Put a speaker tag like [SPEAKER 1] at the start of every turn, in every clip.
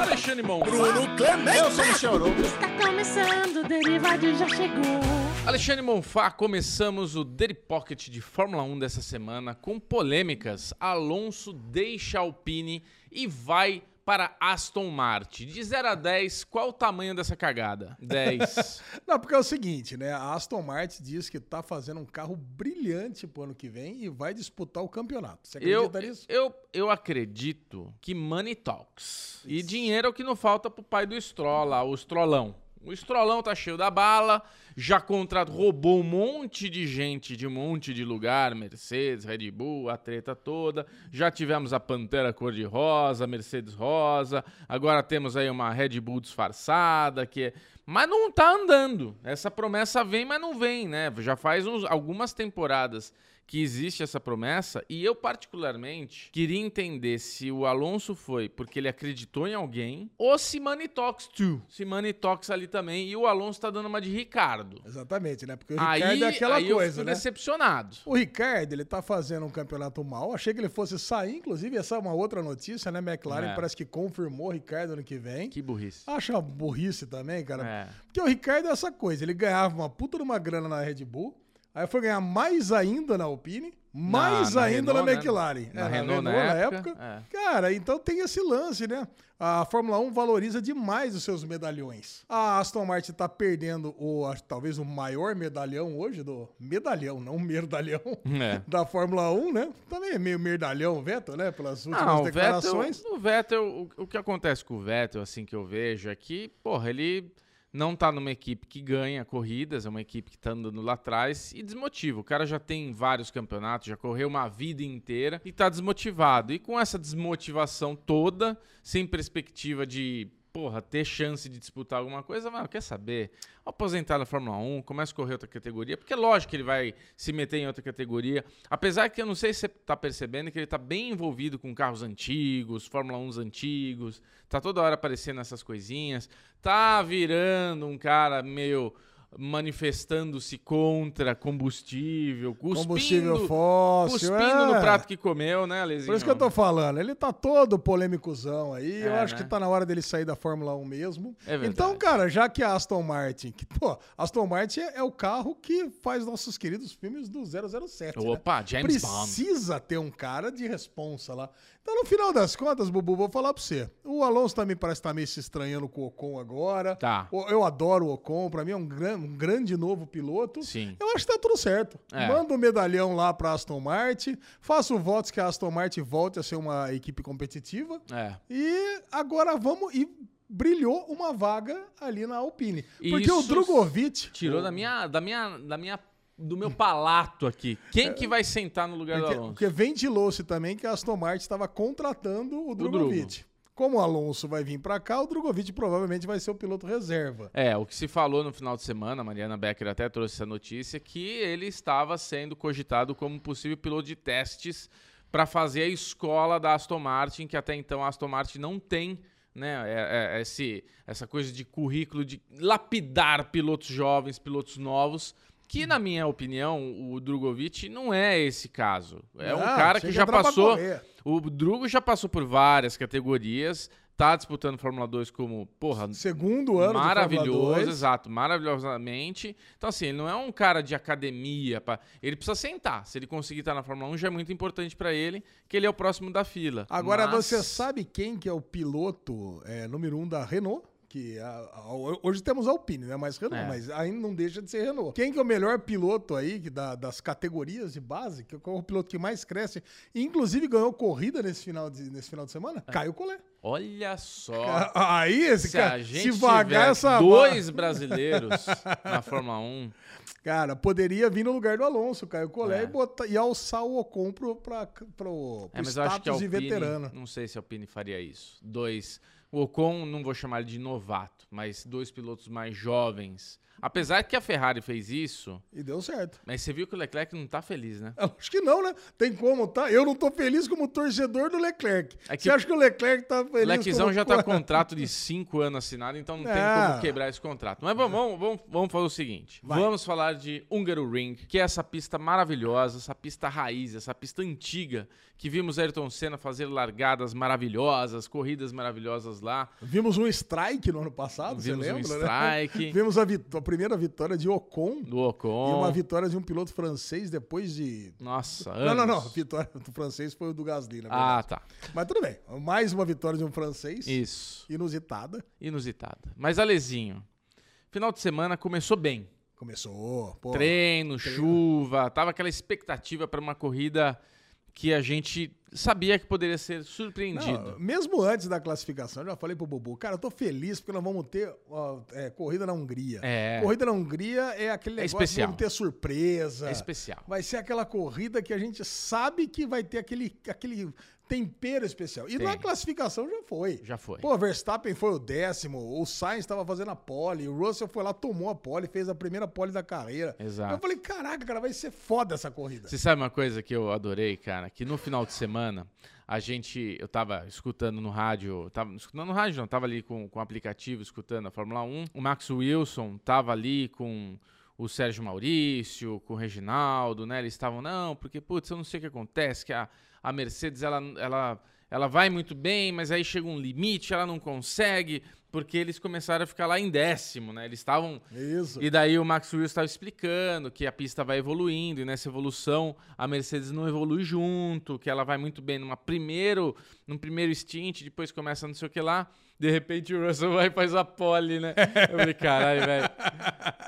[SPEAKER 1] Alexandre Mons.
[SPEAKER 2] Bruno Clemente. Eu sou o Michel Arouca.
[SPEAKER 3] Está começando, o Derivado já chegou.
[SPEAKER 1] Alexandre Monfá, começamos o Daily Pocket de Fórmula 1 dessa semana com polêmicas. Alonso deixa a Alpine e vai para Aston Martin. De 0 a 10, qual o tamanho dessa cagada? 10.
[SPEAKER 4] Não, porque é o seguinte, né? A Aston Martin diz que tá fazendo um carro brilhante pro ano que vem e vai disputar o campeonato. Você
[SPEAKER 1] eu,
[SPEAKER 4] acredita nisso?
[SPEAKER 1] eu, eu acredito que money talks. E dinheiro é o que não falta pro pai do Stroll lá, o Strolão. O Strolão tá cheio da bala, já contrato, roubou um monte de gente de um monte de lugar, Mercedes, Red Bull, a treta toda. Já tivemos a Pantera cor-de-rosa, Mercedes rosa, agora temos aí uma Red Bull disfarçada, que é... Mas não tá andando. Essa promessa vem, mas não vem, né? Já faz uns- algumas temporadas que existe essa promessa e eu particularmente queria entender se o Alonso foi porque ele acreditou em alguém ou se Money Talks too. Se Money Talks ali também e o Alonso tá dando uma de Ricardo.
[SPEAKER 4] Exatamente, né? Porque o Ricardo
[SPEAKER 1] Aí,
[SPEAKER 4] é aquela
[SPEAKER 1] aí eu
[SPEAKER 4] coisa,
[SPEAKER 1] fico
[SPEAKER 4] né?
[SPEAKER 1] decepcionado.
[SPEAKER 4] O Ricardo, ele tá fazendo um campeonato mal. Achei que ele fosse sair, inclusive, essa é uma outra notícia, né? McLaren
[SPEAKER 1] É.
[SPEAKER 4] parece que confirmou o Ricardo ano que vem.
[SPEAKER 1] Que burrice.
[SPEAKER 4] Acho uma burrice também, cara.
[SPEAKER 1] É.
[SPEAKER 4] Porque o Ricardo é essa coisa, ele ganhava uma puta de uma grana na Red Bull, aí foi ganhar mais ainda na Alpine, mais
[SPEAKER 1] na
[SPEAKER 4] ainda
[SPEAKER 1] Renault,
[SPEAKER 4] na
[SPEAKER 1] né?
[SPEAKER 4] McLaren.
[SPEAKER 1] Na Renault na época, é.
[SPEAKER 4] Cara, então tem esse lance, né? A Fórmula 1 valoriza demais os seus medalhões. A Aston Martin tá perdendo o, acho, talvez o maior medalhão hoje do... Medalhão, não merdalhão.
[SPEAKER 1] É.
[SPEAKER 4] Da Fórmula 1, né? Também é meio merdalhão o Vettel, né? Pelas últimas
[SPEAKER 1] Não, o Vettel,
[SPEAKER 4] declarações.
[SPEAKER 1] o Vettel, o, o que acontece com o Vettel, assim, que eu vejo é que, porra, ele não tá numa equipe que ganha corridas, é uma equipe que tá andando lá atrás e desmotiva. O cara já tem vários campeonatos, já correu uma vida inteira e tá desmotivado. E com essa desmotivação toda, sem perspectiva de, porra, ter chance de disputar alguma coisa, mano, quer saber? Vou aposentar na Fórmula 1, começa a correr outra categoria, porque é lógico que ele vai se meter em outra categoria. Apesar que eu não sei se você tá percebendo que ele tá bem envolvido com carros antigos, Fórmula 1 antigos, tá toda hora aparecendo essas coisinhas, tá virando um cara meio manifestando-se contra combustível, cuspindo,
[SPEAKER 4] Combustível fóssil.
[SPEAKER 1] cuspindo no
[SPEAKER 4] é.
[SPEAKER 1] prato que comeu, né, Lezinho?
[SPEAKER 4] Por isso que eu tô falando, ele tá todo polêmicozão aí. eu
[SPEAKER 1] É,
[SPEAKER 4] acho
[SPEAKER 1] né?
[SPEAKER 4] que tá na hora dele sair da Fórmula 1 mesmo.
[SPEAKER 1] É verdade.
[SPEAKER 4] então, cara, já que a Aston Martin, que, pô, Aston Martin é, é o carro que faz nossos queridos filmes do 007. né?
[SPEAKER 1] Opa, James Bond.
[SPEAKER 4] Precisa ter um cara de responsa lá. Então, no final das contas, Bubu, vou falar pra você. O Alonso também parece estar meio se estranhando com o Ocon agora.
[SPEAKER 1] Tá.
[SPEAKER 4] O- Eu adoro o Ocon, pra mim é um, gran- um grande novo piloto.
[SPEAKER 1] Sim.
[SPEAKER 4] Eu acho que tá tudo certo.
[SPEAKER 1] É.
[SPEAKER 4] Manda o medalhão lá pra Aston Martin, faço votos que a Aston Martin volte a ser uma equipe competitiva.
[SPEAKER 1] É.
[SPEAKER 4] E agora vamos. E brilhou uma vaga ali na Alpine. Porque o
[SPEAKER 1] Isso
[SPEAKER 4] Drogovic.
[SPEAKER 1] Tirou da minha, da minha, da minha, do meu palato aqui. Quem que vai sentar no lugar do
[SPEAKER 4] Porque,
[SPEAKER 1] Alonso?
[SPEAKER 4] porque ventilou-se também que a Aston Martin estava contratando o
[SPEAKER 1] Drogo.
[SPEAKER 4] Drogovic. Como o Alonso vai vir para cá, o Drogovic provavelmente vai ser o piloto reserva.
[SPEAKER 1] É, o que se falou no final de semana, a Mariana Becker até trouxe essa notícia, que ele estava sendo cogitado como possível piloto de testes para fazer a escola da Aston Martin, que até então a Aston Martin não tem, né? é- é- esse, essa coisa de currículo de lapidar pilotos jovens, pilotos novos. Que, na minha opinião, o Drogovic não é esse caso. É um
[SPEAKER 4] Ah,
[SPEAKER 1] cara que
[SPEAKER 4] chega
[SPEAKER 1] já
[SPEAKER 4] a entrar pra
[SPEAKER 1] passou.
[SPEAKER 4] correr.
[SPEAKER 1] O Drugo já passou por várias categorias, tá disputando Fórmula 2 como, porra,
[SPEAKER 4] Segundo ano de
[SPEAKER 1] maravilhoso,
[SPEAKER 4] Fórmula 2.
[SPEAKER 1] exato, maravilhosamente. Então, assim, ele não é um cara de academia. Pra... Ele precisa sentar. Se ele conseguir estar na Fórmula 1, já é muito importante pra ele, que ele é o próximo da fila.
[SPEAKER 4] Agora
[SPEAKER 1] Mas-
[SPEAKER 4] você sabe quem que é o piloto é, número um da Renault? Que a- a- hoje temos Alpine, né? Mas Renault,
[SPEAKER 1] É.
[SPEAKER 4] mas ainda não deixa de ser Renault. Quem que é o melhor piloto aí que da- das categorias de base? Que qual é o piloto que mais cresce? E, inclusive ganhou corrida nesse final de, nesse final de semana?
[SPEAKER 1] É.
[SPEAKER 4] Caio Collet.
[SPEAKER 1] Olha só.
[SPEAKER 4] Ah, Aí, esse
[SPEAKER 1] Se
[SPEAKER 4] cara,
[SPEAKER 1] a gente
[SPEAKER 4] se vagar
[SPEAKER 1] tiver
[SPEAKER 4] essa
[SPEAKER 1] dois brasileiros na Fórmula 1,
[SPEAKER 4] Cara, poderia vir no lugar do Alonso, Caio Collet,
[SPEAKER 1] É.
[SPEAKER 4] e, botar, e alçar o Ocon pro, pra, pro, pro
[SPEAKER 1] é, mas eu acho que a
[SPEAKER 4] status de
[SPEAKER 1] Alpine,
[SPEAKER 4] veterano.
[SPEAKER 1] não sei se a Alpine faria isso. Dois, o Ocon, não vou chamar ele de novato, mas dois pilotos mais jovens. Apesar que a Ferrari fez isso,
[SPEAKER 4] E deu certo.
[SPEAKER 1] mas você viu que o Leclerc não tá feliz, né?
[SPEAKER 4] Eu Acho que não, né? Tem como, tá? Eu não tô feliz como torcedor do Leclerc.
[SPEAKER 1] É que
[SPEAKER 4] Você acha que o Leclerc tá feliz?
[SPEAKER 1] O Lequizão
[SPEAKER 4] como-
[SPEAKER 1] já tá com contrato de cinco anos assinado, então não tem
[SPEAKER 4] É.
[SPEAKER 1] como quebrar esse contrato. Mas vamos, vamos, vamos, vamos fazer o seguinte:
[SPEAKER 4] Vai.
[SPEAKER 1] vamos falar de Húngaro Ring, que é essa pista maravilhosa, essa pista raiz, essa pista antiga, que vimos Ayrton Senna fazer largadas maravilhosas, corridas maravilhosas lá.
[SPEAKER 4] Vimos um strike no ano passado,
[SPEAKER 1] Vimos
[SPEAKER 4] você
[SPEAKER 1] um
[SPEAKER 4] lembra, né?
[SPEAKER 1] strike.
[SPEAKER 4] Vimos a, vit- a primeira vitória de Ocon
[SPEAKER 1] Do
[SPEAKER 4] e uma
[SPEAKER 1] Ocon.
[SPEAKER 4] vitória de um piloto francês depois de...
[SPEAKER 1] Nossa,
[SPEAKER 4] Não, não, não. A
[SPEAKER 1] anos.
[SPEAKER 4] vitória do francês foi o do Gasly, na verdade.
[SPEAKER 1] Ah, tá.
[SPEAKER 4] Mas tudo bem. Mais uma vitória de um francês.
[SPEAKER 1] Isso.
[SPEAKER 4] Inusitada.
[SPEAKER 1] Inusitada. Mas Alezinho, final de semana começou bem.
[SPEAKER 4] Começou. Pô,
[SPEAKER 1] treino, chuva, tava aquela expectativa para uma corrida que a gente sabia que poderia ser surpreendido.
[SPEAKER 4] Não, mesmo antes da classificação, eu já falei pro Bubu, cara, eu tô feliz porque nós vamos ter ó, é, corrida na Hungria.
[SPEAKER 1] É.
[SPEAKER 4] Corrida na Hungria é aquele
[SPEAKER 1] É
[SPEAKER 4] negócio
[SPEAKER 1] especial.
[SPEAKER 4] de não ter surpresa.
[SPEAKER 1] é especial.
[SPEAKER 4] Vai ser aquela corrida que a gente sabe que vai ter aquele, aquele tempero especial. E na
[SPEAKER 1] Tem.
[SPEAKER 4] classificação já foi.
[SPEAKER 1] Já foi.
[SPEAKER 4] Pô, Verstappen foi o décimo, o Sainz estava fazendo a pole, o Russell foi lá, tomou a pole, fez a primeira pole da carreira.
[SPEAKER 1] Exato.
[SPEAKER 4] Eu falei, caraca, cara, vai ser foda essa corrida.
[SPEAKER 1] Você sabe uma coisa que eu adorei, cara? Que no final de semana, a gente. Eu tava escutando no rádio. Tava, não escutando no rádio, não. Tava ali com, com o aplicativo escutando a Fórmula 1. O Max Wilson tava ali com o Sérgio Maurício, com o Reginaldo, né? Eles estavam, não, porque, putz, eu não sei o que acontece, que a, a Mercedes, ela. ela ela vai muito bem, mas aí chega um limite, ela não consegue, porque eles começaram a ficar lá em décimo, né? Eles estavam
[SPEAKER 4] Isso.
[SPEAKER 1] e daí o Max Wilson estava explicando que a pista vai evoluindo e nessa evolução a Mercedes não evolui junto, que ela vai muito bem numa primeiro, num primeiro stint, depois começa não sei o que lá. De repente o Russell vai e faz a pole, né? Eu falei, caralho, velho.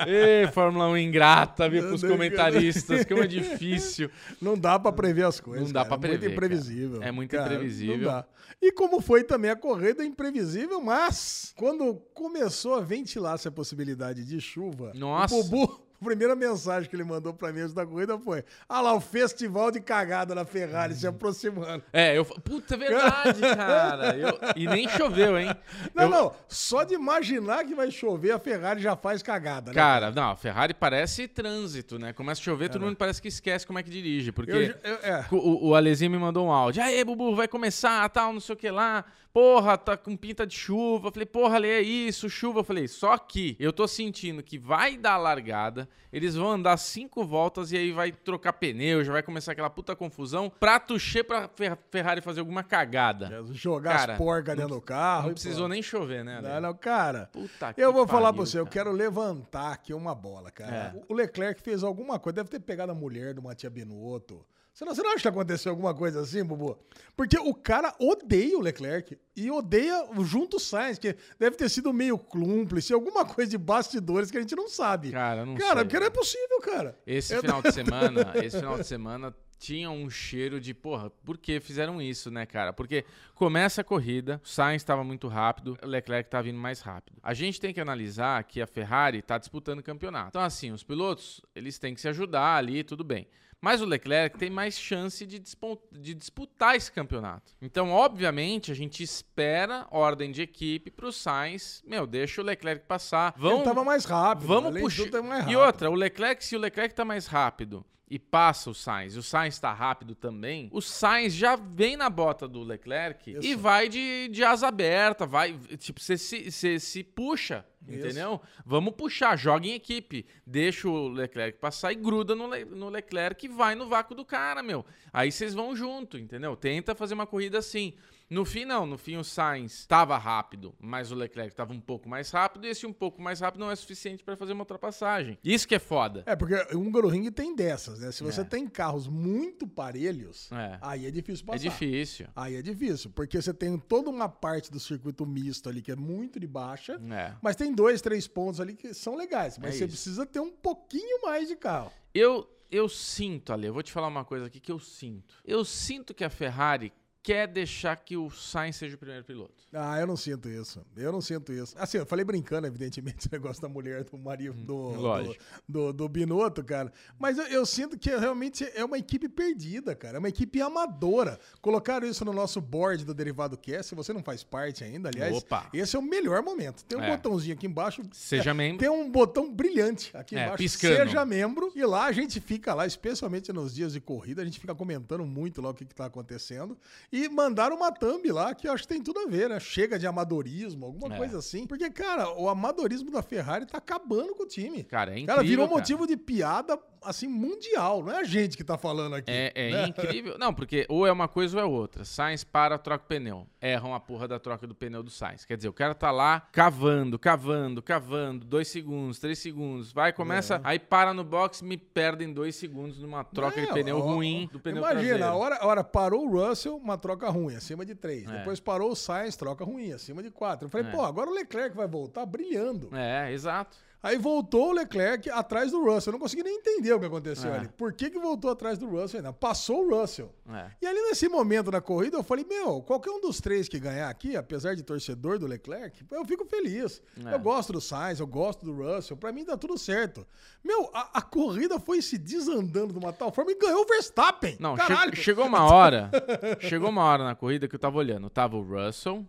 [SPEAKER 1] Ê, Fórmula 1 ingrata, viu, pros
[SPEAKER 4] Não, não,
[SPEAKER 1] comentaristas, como é difícil.
[SPEAKER 4] Não dá pra prever as coisas.
[SPEAKER 1] Não dá pra
[SPEAKER 4] cara. É
[SPEAKER 1] prever,
[SPEAKER 4] muito imprevisível.
[SPEAKER 1] cara. É muito
[SPEAKER 4] Cara,
[SPEAKER 1] imprevisível.
[SPEAKER 4] Não dá. E como foi também a corrida é imprevisível, mas quando começou a ventilar essa possibilidade de chuva,
[SPEAKER 1] Nossa.
[SPEAKER 4] o Bubu. A primeira mensagem que ele mandou pra mim antes da corrida foi: Ah lá, o festival de cagada da Ferrari
[SPEAKER 1] Hum.
[SPEAKER 4] se aproximando.
[SPEAKER 1] É, eu fa- Puta, é verdade, cara. Eu- E nem choveu, hein?
[SPEAKER 4] Não,
[SPEAKER 1] Eu-
[SPEAKER 4] não, só de imaginar que vai chover, a Ferrari já faz cagada, né?
[SPEAKER 1] Cara, não, a Ferrari parece trânsito, né? Começa a chover, todo mundo parece que esquece como é que dirige, porque...
[SPEAKER 4] Eu já- eu- é.
[SPEAKER 1] O, o Alezinho me mandou um áudio. Aê, Bubu, vai começar, tal, não sei o que lá. Porra, tá com pinta de chuva. Eu falei, porra, Ale, é isso, chuva. Eu falei, só que eu tô sentindo que vai dar largada, eles vão andar cinco voltas e aí vai trocar pneu, já vai começar aquela puta confusão pra tuxer pra Fer- Ferrari fazer alguma cagada.
[SPEAKER 4] é, Jogar
[SPEAKER 1] Cara,
[SPEAKER 4] as porcas dentro do carro.
[SPEAKER 1] Não
[SPEAKER 4] e
[SPEAKER 1] precisou
[SPEAKER 4] pronto.
[SPEAKER 1] nem chover, né, Ale?
[SPEAKER 4] Não, não, cara.
[SPEAKER 1] Puta que
[SPEAKER 4] eu vou falar pra
[SPEAKER 1] pariu,
[SPEAKER 4] você, eu
[SPEAKER 1] cara.
[SPEAKER 4] quero levantar aqui uma bola, cara.
[SPEAKER 1] É.
[SPEAKER 4] O Leclerc fez alguma coisa, deve ter pegado a mulher do Matia Binotto. Você não, você não acha que aconteceu alguma coisa assim, Bubu? Porque o cara odeia o Leclerc e odeia junto o Sainz, que deve ter sido meio cúmplice, alguma coisa de bastidores que a gente não sabe.
[SPEAKER 1] Cara, não
[SPEAKER 4] Cara,
[SPEAKER 1] sei.
[SPEAKER 4] porque não é possível, cara.
[SPEAKER 1] Esse
[SPEAKER 4] Eu-
[SPEAKER 1] final de semana, esse final de semana tinha um cheiro de, porra, por que fizeram isso, né, cara? Porque começa a corrida, o Sainz estava muito rápido, o Leclerc tá vindo mais rápido. A gente tem que analisar que a Ferrari tá disputando o campeonato. Então, assim, os pilotos, eles têm que se ajudar ali, tudo bem. Mas o Leclerc tem mais chance de, dispon- de disputar esse campeonato. Então, obviamente, a gente espera ordem de equipe pro Sainz. Meu, deixa o Leclerc passar. Vão,
[SPEAKER 4] Ele tá tava mais rápido.
[SPEAKER 1] Vamos
[SPEAKER 4] além de
[SPEAKER 1] puxar.
[SPEAKER 4] tudo, tava mais
[SPEAKER 1] E
[SPEAKER 4] rápido.
[SPEAKER 1] outra, o Leclerc, se o Leclerc tá mais rápido e passa o Sainz, e o Sainz tá rápido também, o Sainz já vem na bota do Leclerc e
[SPEAKER 4] Isso.
[SPEAKER 1] vai de, de asa aberta, vai. Tipo, você se, você se puxa,
[SPEAKER 4] Isso.
[SPEAKER 1] entendeu? Então, Vamos puxar, joga em equipe. Deixa o Leclerc passar e gruda no, Le- no Leclerc e vai no vácuo do cara, meu. Aí vocês vão junto, entendeu? Tenta fazer uma corrida assim. No fim, não. No fim, o Sainz tava rápido, mas o Leclerc tava um pouco mais rápido. E esse um pouco mais rápido não é suficiente pra fazer uma ultrapassagem. Isso que é foda.
[SPEAKER 4] É, porque o Húngaro Ring tem dessas, né? Se você
[SPEAKER 1] É.
[SPEAKER 4] tem carros muito parelhos,
[SPEAKER 1] É.
[SPEAKER 4] aí é difícil
[SPEAKER 1] É
[SPEAKER 4] passar.
[SPEAKER 1] difícil.
[SPEAKER 4] Aí é difícil, porque você tem toda uma parte do circuito misto ali que é muito de baixa,
[SPEAKER 1] É.
[SPEAKER 4] mas tem dois, três pontos ali que são legais, mas
[SPEAKER 1] É
[SPEAKER 4] você
[SPEAKER 1] isso.
[SPEAKER 4] precisa ter um pouquinho mais de carro.
[SPEAKER 1] Eu, eu sinto, Ale, eu vou te falar uma coisa aqui que eu sinto. Eu sinto que a Ferrari quer deixar que o Sainz seja o primeiro piloto.
[SPEAKER 4] Ah, eu não sinto isso. Eu não sinto isso. Assim, eu falei brincando, evidentemente, o negócio da mulher do marido do, do,
[SPEAKER 1] Hum, lógico.
[SPEAKER 4] do, do Binotto, cara. Mas eu, eu sinto que realmente é uma equipe perdida, cara. É uma equipe amadora. Colocaram isso no nosso board do Derivado Cast. Se você não faz parte ainda, aliás,
[SPEAKER 1] Opa.
[SPEAKER 4] esse é o melhor momento. Tem um
[SPEAKER 1] É.
[SPEAKER 4] botãozinho aqui embaixo.
[SPEAKER 1] Seja
[SPEAKER 4] É,
[SPEAKER 1] membro.
[SPEAKER 4] Tem um botão brilhante aqui
[SPEAKER 1] É,
[SPEAKER 4] embaixo.
[SPEAKER 1] piscando.
[SPEAKER 4] Seja membro. E lá a gente fica lá, especialmente nos dias de corrida, a gente fica comentando muito lá o que, que tá acontecendo. E mandaram uma thumb lá, que eu acho que tem tudo a ver, né? Chega de amadorismo, alguma
[SPEAKER 1] É.
[SPEAKER 4] coisa assim. Porque, cara, o amadorismo da Ferrari tá acabando com o time.
[SPEAKER 1] Cara, é
[SPEAKER 4] cara,
[SPEAKER 1] incrível,
[SPEAKER 4] virou
[SPEAKER 1] cara.
[SPEAKER 4] motivo de piada, assim, mundial. Não é a gente que tá falando aqui.
[SPEAKER 1] É, é
[SPEAKER 4] né?
[SPEAKER 1] incrível. Não, porque ou é uma coisa ou é outra. Sainz para, troca o pneu. Erram a porra da troca do pneu do Sainz. Quer dizer, o cara tá lá cavando, cavando, cavando, dois segundos, três segundos, vai,
[SPEAKER 4] É.
[SPEAKER 1] começa, aí para no box, me perdem dois segundos numa troca de
[SPEAKER 4] Não,
[SPEAKER 1] pneu
[SPEAKER 4] É, ó,
[SPEAKER 1] ruim do pneu
[SPEAKER 4] Imagina,
[SPEAKER 1] traseiro.
[SPEAKER 4] a hora, a hora parou o Russell, uma troca ruim, acima de 3.
[SPEAKER 1] É.
[SPEAKER 4] Depois parou o Sainz, troca ruim, acima de 4. Eu falei,
[SPEAKER 1] É.
[SPEAKER 4] pô, agora o Leclerc vai voltar brilhando.
[SPEAKER 1] É, exato.
[SPEAKER 4] Aí voltou o Leclerc atrás do Russell. Eu não consegui nem entender o que aconteceu
[SPEAKER 1] É.
[SPEAKER 4] ali. Por que, que voltou atrás do Russell? Não, passou o Russell.
[SPEAKER 1] É.
[SPEAKER 4] E ali nesse momento na corrida, eu falei, meu, qualquer um dos três que ganhar aqui, apesar de torcedor do Leclerc, eu fico feliz.
[SPEAKER 1] É.
[SPEAKER 4] Eu gosto do Sainz, eu gosto do Russell, pra mim tá tudo certo. Meu, a, a corrida foi se desandando de uma tal forma e ganhou o Verstappen.
[SPEAKER 1] Não, che-
[SPEAKER 4] Caralho.
[SPEAKER 1] chegou uma hora. chegou uma hora na corrida que eu tava olhando. Tava o Russell,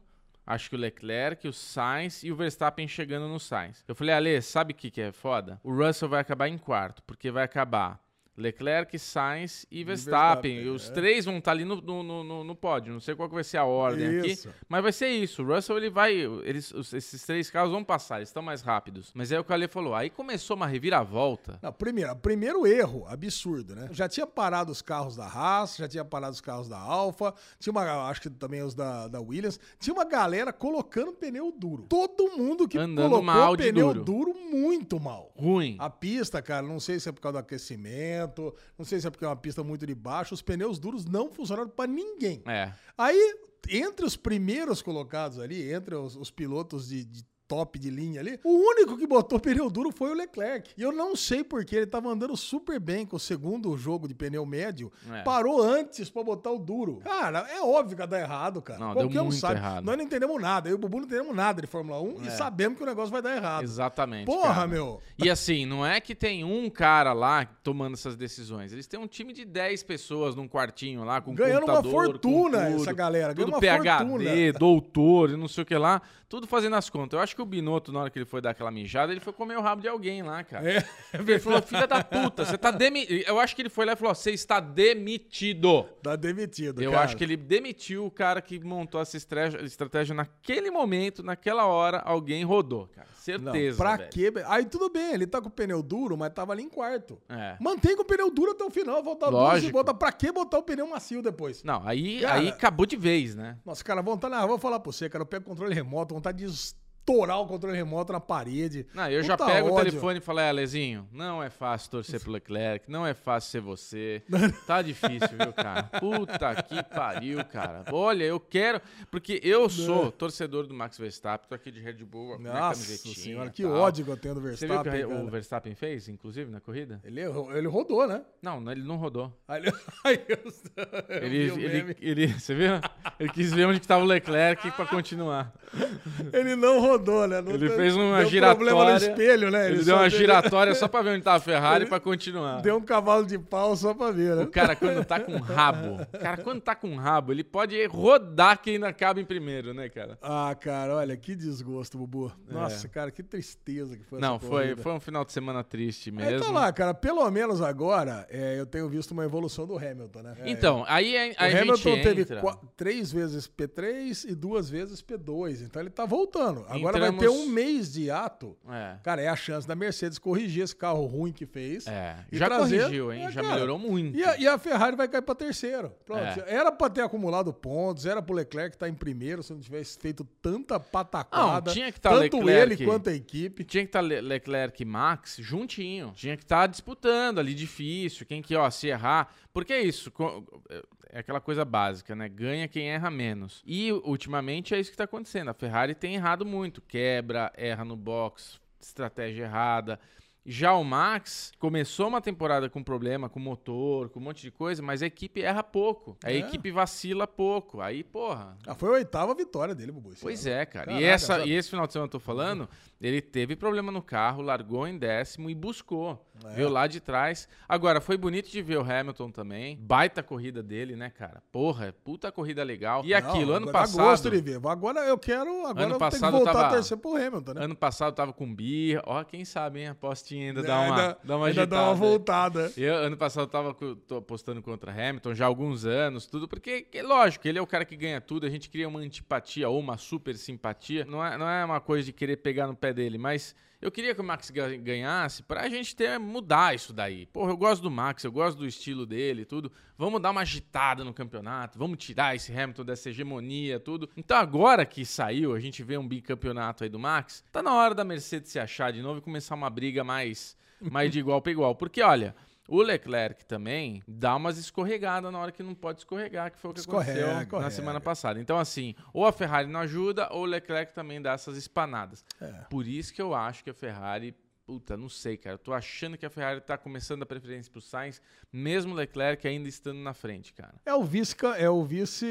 [SPEAKER 1] acho que o Leclerc, o Sainz e o Verstappen chegando no Sainz. Eu falei, Ale, sabe o que, que é foda? O Russell vai acabar em quarto, porque vai acabar. Leclerc, Sainz e Verstappen.
[SPEAKER 4] Verstappen,
[SPEAKER 1] E os
[SPEAKER 4] é.
[SPEAKER 1] três vão estar ali no, no, no- no- no pódio. Não sei qual que vai ser a ordem
[SPEAKER 4] Isso.
[SPEAKER 1] aqui. Mas vai ser isso. O Russell, ele vai. Eles, os- esses três carros vão passar, eles estão mais rápidos. Mas aí o que o Ale falou. Aí começou uma reviravolta.
[SPEAKER 4] Não, primeiro, primeiro erro, absurdo, né? Já tinha parado os carros da Haas, já tinha parado os carros da Alfa, tinha uma, acho que também os da, da Williams, tinha uma galera colocando pneu duro. Todo mundo que
[SPEAKER 1] Andando
[SPEAKER 4] colocou
[SPEAKER 1] mal de
[SPEAKER 4] pneu
[SPEAKER 1] duro.
[SPEAKER 4] muito mal.
[SPEAKER 1] Ruim.
[SPEAKER 4] A pista, cara, não sei se é por causa do aquecimento, não sei se é porque é uma pista muito de baixo, os pneus duros não funcionaram pra ninguém.
[SPEAKER 1] É.
[SPEAKER 4] Aí, entre os primeiros colocados ali, entre os, os pilotos de, de top de linha ali, o único que botou pneu duro foi o Leclerc. E eu não sei porque ele tava andando super bem com o segundo jogo de pneu médio.
[SPEAKER 1] É.
[SPEAKER 4] Parou antes pra botar o duro. Cara, é óbvio que vai dar errado, cara.
[SPEAKER 1] Não, deu
[SPEAKER 4] Qualquer um
[SPEAKER 1] muito
[SPEAKER 4] sabe.
[SPEAKER 1] errado. É.
[SPEAKER 4] Nós não entendemos nada. Eu e o Bubu não entendemos nada de Fórmula 1 e sabemos que o negócio vai dar errado.
[SPEAKER 1] Exatamente.
[SPEAKER 4] Porra,
[SPEAKER 1] cara.
[SPEAKER 4] meu.
[SPEAKER 1] E assim, não é que tem um cara lá tomando essas decisões. Eles têm um time de 10 pessoas num quartinho lá, com
[SPEAKER 4] Ganhando uma
[SPEAKER 1] computador, com
[SPEAKER 4] fortuna
[SPEAKER 1] tudo,
[SPEAKER 4] essa galera, ganhando
[SPEAKER 1] Tudo
[SPEAKER 4] uma
[SPEAKER 1] PhD,
[SPEAKER 4] fortuna.
[SPEAKER 1] doutor e não sei o que lá. Tudo fazendo as contas. Eu acho que o Binotto, na hora que ele foi dar aquela mijada, ele foi comer o rabo de alguém lá, cara.
[SPEAKER 4] É,
[SPEAKER 1] Ele falou, filha da puta, você tá demitido. Eu acho que ele foi lá e falou, ó, você está demitido.
[SPEAKER 4] tá demitido,
[SPEAKER 1] Eu
[SPEAKER 4] cara.
[SPEAKER 1] acho que ele demitiu o cara que montou essa estratégia, estratégia naquele momento, naquela hora, alguém rodou, cara.
[SPEAKER 4] Não,
[SPEAKER 1] Certeza,
[SPEAKER 4] pra
[SPEAKER 1] velho.
[SPEAKER 4] quê? velho? Aí tudo bem, ele tá com o pneu duro, mas tava ali em quarto.
[SPEAKER 1] É.
[SPEAKER 4] Mantém com o pneu duro até o final, voltar duas e
[SPEAKER 1] Lógico.
[SPEAKER 4] volta. Pra que botar o pneu macio depois?
[SPEAKER 1] Não, aí,
[SPEAKER 4] Cara-
[SPEAKER 1] aí acabou de vez, né?
[SPEAKER 4] Nossa, cara, vontade. Ah, vou falar pra você, cara. Eu pego o controle remoto, vontade de estourar o controle remoto na parede.
[SPEAKER 1] Não, eu já
[SPEAKER 4] Puta
[SPEAKER 1] pego o
[SPEAKER 4] ódio.
[SPEAKER 1] telefone e falo, é, Lezinho, não é fácil torcer pro Leclerc, não é fácil ser você. Tá difícil, viu, cara? Puta que pariu, cara. Olha, eu quero. Porque
[SPEAKER 4] Né?
[SPEAKER 1] eu sou torcedor do Max Verstappen, tô aqui de Red Bull, né, com a minha
[SPEAKER 4] Nossa
[SPEAKER 1] camisetinha.
[SPEAKER 4] senhora,
[SPEAKER 1] e
[SPEAKER 4] que
[SPEAKER 1] tal.
[SPEAKER 4] ódio que eu tenho do
[SPEAKER 1] Você viu o
[SPEAKER 4] Verstappen.
[SPEAKER 1] que
[SPEAKER 4] cara.
[SPEAKER 1] o Verstappen fez, inclusive, na corrida?
[SPEAKER 4] Ele, ele rodou, né?
[SPEAKER 1] Não, não, ele não rodou.
[SPEAKER 4] Aí ele- aí eu- eu
[SPEAKER 1] Ele,
[SPEAKER 4] vi o
[SPEAKER 1] ele,
[SPEAKER 4] meme.
[SPEAKER 1] ele, você viu? Ele quis ver onde que tava o Leclerc pra continuar.
[SPEAKER 4] Ele não rodou, né? Não
[SPEAKER 1] Ele
[SPEAKER 4] deu-
[SPEAKER 1] fez uma
[SPEAKER 4] deu
[SPEAKER 1] giratória.
[SPEAKER 4] problema no espelho, né?
[SPEAKER 1] Ele,
[SPEAKER 4] Ele
[SPEAKER 1] deu
[SPEAKER 4] só
[SPEAKER 1] uma
[SPEAKER 4] teve-
[SPEAKER 1] giratória só pra ver onde tava a Ferrari
[SPEAKER 4] Ele
[SPEAKER 1] pra continuar.
[SPEAKER 4] Deu um cavalo de pau só pra ver, né?
[SPEAKER 1] O cara, quando tá com rabo, o cara, quando tá com rabo, ele pode rodar quem ainda acaba em primeiro, né, cara?
[SPEAKER 4] Ah, cara, olha, que desgosto, Bubu. Nossa, cara, que tristeza que foi
[SPEAKER 1] É. Não,
[SPEAKER 4] essa
[SPEAKER 1] foi,
[SPEAKER 4] corrida.
[SPEAKER 1] foi um final de semana triste
[SPEAKER 4] Aí
[SPEAKER 1] mesmo.
[SPEAKER 4] tá lá, cara, pelo menos agora é, eu tenho visto uma evolução do Hamilton, né? É,
[SPEAKER 1] Então, aí a, a
[SPEAKER 4] o
[SPEAKER 1] gente
[SPEAKER 4] Hamilton teve
[SPEAKER 1] entra.
[SPEAKER 4] qua- três vezes P3 e duas vezes P2, então ele tá voltando. Agora vai
[SPEAKER 1] Entramos-
[SPEAKER 4] ter um mês de ato.
[SPEAKER 1] É.
[SPEAKER 4] Cara, é a chance da Mercedes corrigir esse carro ruim que fez.
[SPEAKER 1] É,
[SPEAKER 4] e
[SPEAKER 1] já
[SPEAKER 4] trazer-
[SPEAKER 1] corrigiu, hein?
[SPEAKER 4] É,
[SPEAKER 1] já
[SPEAKER 4] cara,
[SPEAKER 1] melhorou muito.
[SPEAKER 4] E a, e a Ferrari vai cair pra terceiro. Pronto.
[SPEAKER 1] É.
[SPEAKER 4] Era pra ter acumulado pontos, era pro Leclerc estar em primeiro se não tivesse feito tanta pataquada.
[SPEAKER 1] Não, tinha que tá
[SPEAKER 4] tanto
[SPEAKER 1] Leclerc-
[SPEAKER 4] ele quanto a equipe.
[SPEAKER 1] Tinha que estar Leclerc e Max juntinho. Tinha que estar disputando ali, difícil. Quem que, ó, se errar. Porque é isso. co- É aquela coisa básica, né? Ganha quem erra menos. E ultimamente é isso que tá acontecendo. A Ferrari tem errado muito. Quebra, erra no box, estratégia errada. Já o Max começou uma temporada com problema com motor, com um monte de coisa, mas a equipe erra pouco. A
[SPEAKER 4] É.
[SPEAKER 1] equipe vacila pouco. Aí, porra.
[SPEAKER 4] Ah, foi a oitava vitória dele, Bubu. esse
[SPEAKER 1] Pois
[SPEAKER 4] ano.
[SPEAKER 1] é, cara. e,
[SPEAKER 4] Caraca,
[SPEAKER 1] essa,
[SPEAKER 4] sabe?
[SPEAKER 1] e esse final de semana que eu tô falando, ele teve problema no carro, largou em décimo e buscou.
[SPEAKER 4] É.
[SPEAKER 1] Viu lá de trás. Agora, foi bonito de ver o Hamilton também. Baita corrida dele, né, cara? Porra, puta corrida legal. é, E
[SPEAKER 4] Não,
[SPEAKER 1] aquilo, ano
[SPEAKER 4] agora é Eu gosto
[SPEAKER 1] passado.
[SPEAKER 4] de ver. Agora eu quero.
[SPEAKER 1] Ano
[SPEAKER 4] Agora eu tenho que
[SPEAKER 1] passado
[SPEAKER 4] voltar
[SPEAKER 1] tava-
[SPEAKER 4] a torcer pro Hamilton, né?
[SPEAKER 1] Ano passado tava com birra. Ó, quem sabe, hein? A apostinha ainda dá
[SPEAKER 4] É,
[SPEAKER 1] uma,
[SPEAKER 4] ainda,
[SPEAKER 1] dá uma
[SPEAKER 4] ainda dá
[SPEAKER 1] agitada
[SPEAKER 4] uma
[SPEAKER 1] aí.
[SPEAKER 4] voltada.
[SPEAKER 1] Eu, ano passado, eu tava co- tô apostando contra Hamilton já há alguns anos, tudo, porque, que- lógico, ele é o cara que ganha tudo, a gente cria uma antipatia ou uma super simpatia. Não é, não é uma coisa de querer pegar no pé dele, mas eu queria que o Max ga- ganhasse pra gente ter, mudar isso daí. Porra, eu gosto do Max, eu gosto do estilo dele, tudo. Vamos dar uma agitada no campeonato, vamos tirar esse Hamilton dessa hegemonia, tudo. Então agora que saiu, a gente vê um bicampeonato aí do Max, tá na hora da Mercedes se achar de novo e começar uma briga mais, mais de igual pra igual. Porque, olha... O Leclerc também dá umas escorregadas na hora que não pode escorregar, que foi o que
[SPEAKER 4] Escorrega,
[SPEAKER 1] aconteceu na
[SPEAKER 4] escorrega.
[SPEAKER 1] semana passada. Então, assim, ou a Ferrari não ajuda, ou o Leclerc também dá essas espanadas.
[SPEAKER 4] É.
[SPEAKER 1] Por isso que eu acho que a Ferrari. Puta, não sei, cara. Eu tô achando que a Ferrari tá começando a preferência pro Sainz, mesmo o Leclerc ainda estando na frente, cara.
[SPEAKER 4] É o vice. ca- É o vice.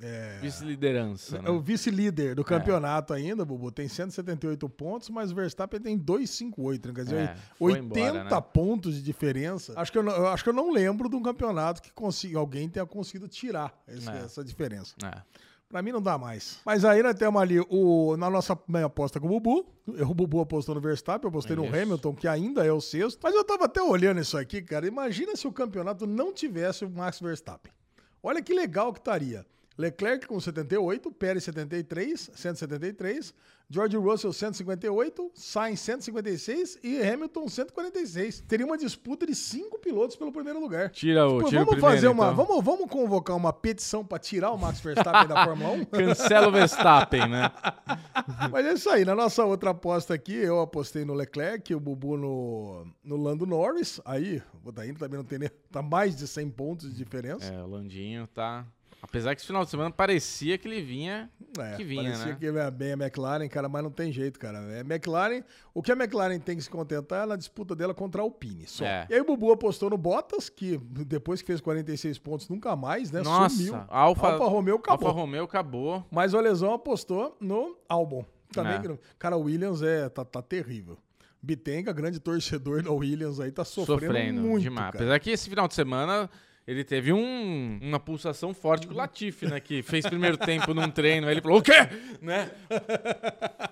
[SPEAKER 4] é,
[SPEAKER 1] Vice-liderança,
[SPEAKER 4] é o
[SPEAKER 1] né?
[SPEAKER 4] vice-líder do campeonato ainda, Bubu. Tem 178 pontos, mas o Verstappen tem 258, né? Quer dizer,
[SPEAKER 1] É, foi
[SPEAKER 4] 80
[SPEAKER 1] embora, né?
[SPEAKER 4] pontos de diferença. Acho que eu não, eu acho que eu não lembro de um campeonato que consiga, alguém tenha conseguido tirar esse-
[SPEAKER 1] É.
[SPEAKER 4] essa diferença.
[SPEAKER 1] É.
[SPEAKER 4] Pra mim não dá mais. Mas aí nós temos ali o, na nossa primeira aposta com o Bubu. Eu, o Bubu apostou no Verstappen, eu apostei no
[SPEAKER 1] Isso.
[SPEAKER 4] Hamilton, que ainda é o sexto. Mas eu tava até olhando isso aqui, cara. Imagina se o campeonato não tivesse o Max Verstappen. Olha que legal que estaria. Leclerc com 78, Pérez 73, 173, George Russell 158, Sainz 156 e Hamilton 146. Teria uma disputa de cinco pilotos pelo primeiro lugar.
[SPEAKER 1] Tira o,
[SPEAKER 4] Pô,
[SPEAKER 1] tira o
[SPEAKER 4] Tipo, vamos
[SPEAKER 1] primeiro,
[SPEAKER 4] fazer uma,
[SPEAKER 1] então.
[SPEAKER 4] vamos, vamos convocar uma petição pra tirar o Max Verstappen da Fórmula 1?
[SPEAKER 1] Cancela o Verstappen, né?
[SPEAKER 4] Mas é isso aí. Na nossa outra aposta aqui, eu apostei no Leclerc, o Bubu no, no Lando Norris. Aí, o Daíno também não tem nem. Tá mais de 100 pontos de diferença.
[SPEAKER 1] É, o Landinho tá... Apesar que esse final de semana parecia que ele vinha...
[SPEAKER 4] É,
[SPEAKER 1] que vinha,
[SPEAKER 4] parecia
[SPEAKER 1] né?
[SPEAKER 4] que ia bem a McLaren, cara, mas não tem jeito, cara. É McLaren, o que a McLaren tem que se contentar é na disputa dela contra a Alpine, só.
[SPEAKER 1] É.
[SPEAKER 4] E aí o Bubu apostou no Bottas, que depois que fez 46 pontos, nunca mais, né?
[SPEAKER 1] Nossa,
[SPEAKER 4] Sumiu.
[SPEAKER 1] Alfa-
[SPEAKER 4] Alfa Romeo acabou.
[SPEAKER 1] Alfa Romeo acabou.
[SPEAKER 4] Mas o Alesão apostou no Albon. Também,
[SPEAKER 1] É.
[SPEAKER 4] que não- Cara, o Williams é, tá, tá terrível. Bitenga, grande torcedor do Williams aí, tá sofrendo,
[SPEAKER 1] sofrendo,
[SPEAKER 4] muito,
[SPEAKER 1] demais.
[SPEAKER 4] cara.
[SPEAKER 1] Apesar que esse final de semana ele teve um- uma pulsação forte com o Latifi, né? Que fez primeiro tempo num treino, aí ele falou, o quê? Né?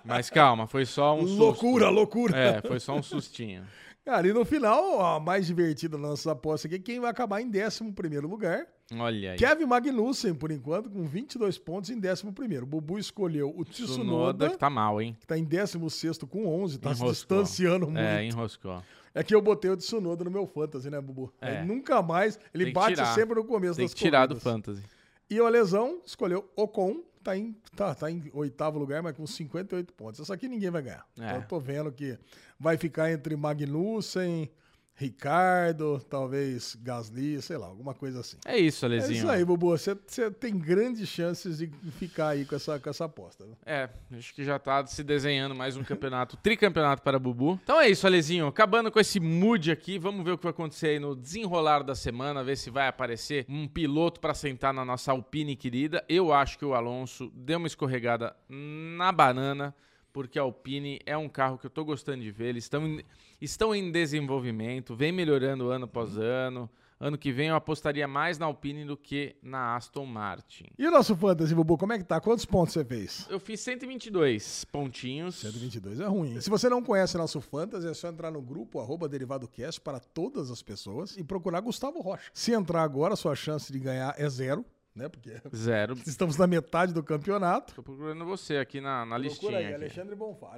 [SPEAKER 1] Mas calma, foi só um
[SPEAKER 4] loucura,
[SPEAKER 1] susto.
[SPEAKER 4] loucura.
[SPEAKER 1] É, foi só um sustinho.
[SPEAKER 4] Cara, e no final, a mais divertida da nossa aposta aqui, quem vai acabar em 11 lugar?
[SPEAKER 1] Olha aí.
[SPEAKER 4] Kevin Magnussen, por enquanto, com 22 pontos em 11. Bubu escolheu o
[SPEAKER 1] Tsunoda
[SPEAKER 4] Tsunoda,
[SPEAKER 1] que tá mal, hein?
[SPEAKER 4] que tá em 16 com 11, tá se
[SPEAKER 1] Enroscou.
[SPEAKER 4] distanciando Tá muito.
[SPEAKER 1] É, enroscou.
[SPEAKER 4] É que eu botei o Tsunoda no meu fantasy, né, Bubu?
[SPEAKER 1] É.
[SPEAKER 4] Aí nunca mais, ele
[SPEAKER 1] Tem que
[SPEAKER 4] bate
[SPEAKER 1] tirar.
[SPEAKER 4] sempre no começo
[SPEAKER 1] Tem
[SPEAKER 4] das
[SPEAKER 1] que tirar do
[SPEAKER 4] corridas.
[SPEAKER 1] fantasy.
[SPEAKER 4] E o Alesão escolheu Ocon, tá em, tá, tá em oitavo lugar, mas com 58 pontos. Essa aqui ninguém vai ganhar.
[SPEAKER 1] É.
[SPEAKER 4] Então eu tô vendo que vai ficar entre Magnussen, Ricardo, talvez Gasly, sei lá, alguma coisa assim.
[SPEAKER 1] É isso,
[SPEAKER 4] É
[SPEAKER 1] Alezinho.
[SPEAKER 4] isso aí, Bubu. Você você tem grandes chances de ficar aí com essa, com essa aposta. né?
[SPEAKER 1] É, acho que já tá se desenhando mais um campeonato, tricampeonato para Bubu. Então é isso, Alezinho. Acabando com esse mood aqui, vamos ver o que vai acontecer aí no desenrolar da semana, ver se vai aparecer um piloto para sentar na nossa Alpine querida. Eu acho que o Alonso deu uma escorregada na banana, porque a Alpine é um carro que eu tô gostando de ver. Eles estão em, estão em desenvolvimento, vem melhorando ano após ano. Ano que vem eu apostaria mais na Alpine do que na Aston Martin.
[SPEAKER 4] E o nosso fantasy, Bubu, como é que tá? Quantos pontos você fez?
[SPEAKER 1] Eu fiz 122 pontinhos.
[SPEAKER 4] 122 é ruim. hein? Se você não conhece nosso Fantasy, é só entrar no grupo arroba DerivadoCast para todas as pessoas e procurar Gustavo Rocha. Se entrar agora, sua chance de ganhar é zero, né? Porque
[SPEAKER 1] Zero.
[SPEAKER 4] estamos na metade do campeonato.
[SPEAKER 1] Tô procurando você aqui na, na listinha.
[SPEAKER 4] Procura aí,
[SPEAKER 1] aqui. Alexandre...
[SPEAKER 4] Alexandre Bonfá,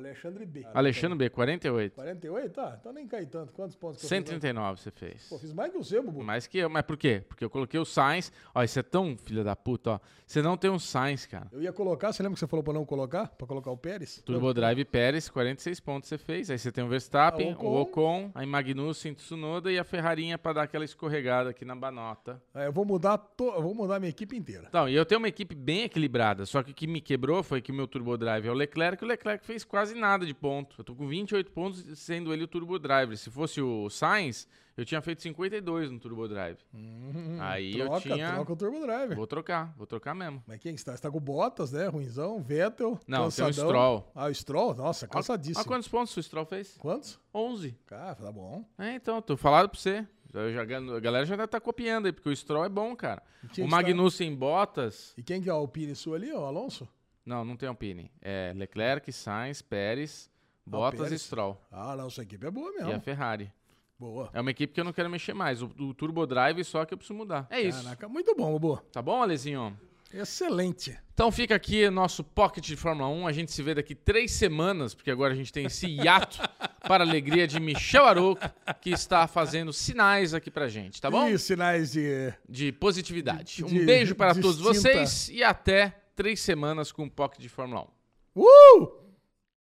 [SPEAKER 4] Alexandre B.
[SPEAKER 1] B, 48.
[SPEAKER 4] 48? Tá, então nem cai tanto. Quantos pontos que eu fiz?
[SPEAKER 1] 139 você fez.
[SPEAKER 4] Pô, fiz mais que você, Bubu.
[SPEAKER 1] Mais que eu. Mas por quê? Porque eu coloquei o Sainz. Ó, isso é tão filho da puta, ó. Você não tem um Sainz, cara.
[SPEAKER 4] Eu ia colocar, você lembra que você falou pra não colocar? Pra colocar o Pérez?
[SPEAKER 1] Turbo Drive Pérez, 46 pontos você fez. Aí você tem o Verstappen,
[SPEAKER 4] Ah, Ocon.
[SPEAKER 1] o Ocon, aí Magnussen, Tsunoda e a Ferrarinha pra dar aquela escorregada aqui na banota.
[SPEAKER 4] É, eu vou mudar, to- eu vou mudar minha equipe equipe inteira.
[SPEAKER 1] Então, e eu tenho uma equipe bem equilibrada, só que o que me quebrou foi que o meu Turbo Drive é o Leclerc e o Leclerc fez quase nada de ponto. Eu tô com 28 pontos, sendo ele o Turbo Driver. Se fosse o Sainz, eu tinha feito 52 no Turbo Drive.
[SPEAKER 4] Hum,
[SPEAKER 1] Aí eu
[SPEAKER 4] troca,
[SPEAKER 1] tinha-
[SPEAKER 4] troca o Turbo Drive.
[SPEAKER 1] Vou trocar, vou trocar mesmo.
[SPEAKER 4] Mas quem que está? Você tá com o Bottas, né? Ruinzão, Vettel,
[SPEAKER 1] Não, tem o
[SPEAKER 4] cansadão.
[SPEAKER 1] Stroll.
[SPEAKER 4] Ah, o Stroll? Nossa, cansadíssimo.
[SPEAKER 1] Olha quantos pontos o Stroll fez?
[SPEAKER 4] Quantos?
[SPEAKER 1] 11.
[SPEAKER 4] Cara, tá bom.
[SPEAKER 1] É, então, tô falado pra você. Eu já- a galera já deve tá copiando aí, porque o Stroll é bom, cara.
[SPEAKER 4] quem
[SPEAKER 1] o
[SPEAKER 4] está?
[SPEAKER 1] Magnussen Bottas.
[SPEAKER 4] E quem que é o Alpine sua ali, ó, Alonso?
[SPEAKER 1] Não, não tem Alpine. É Leclerc, Sainz, Pérez, Bottas
[SPEAKER 4] Pérez.
[SPEAKER 1] e Stroll.
[SPEAKER 4] Ah, não, sua equipe é boa mesmo.
[SPEAKER 1] E a Ferrari.
[SPEAKER 4] Boa.
[SPEAKER 1] É uma equipe que eu não quero mexer mais. O, o Turbo Drive só que eu preciso mudar. É isso.
[SPEAKER 4] Caraca, muito bom, boa.
[SPEAKER 1] Tá bom, Alezinho?
[SPEAKER 4] Excelente.
[SPEAKER 1] Então fica aqui nosso Pocket de Fórmula 1. A gente se vê daqui três semanas, porque agora a gente tem esse hiato para a alegria de Michel Arouca, que está fazendo sinais aqui pra gente, tá bom?
[SPEAKER 4] E sinais de
[SPEAKER 1] De positividade. Um
[SPEAKER 4] De-
[SPEAKER 1] beijo para todos
[SPEAKER 4] distinta.
[SPEAKER 1] vocês e até três semanas com o Pocket de Fórmula 1.
[SPEAKER 4] Uh!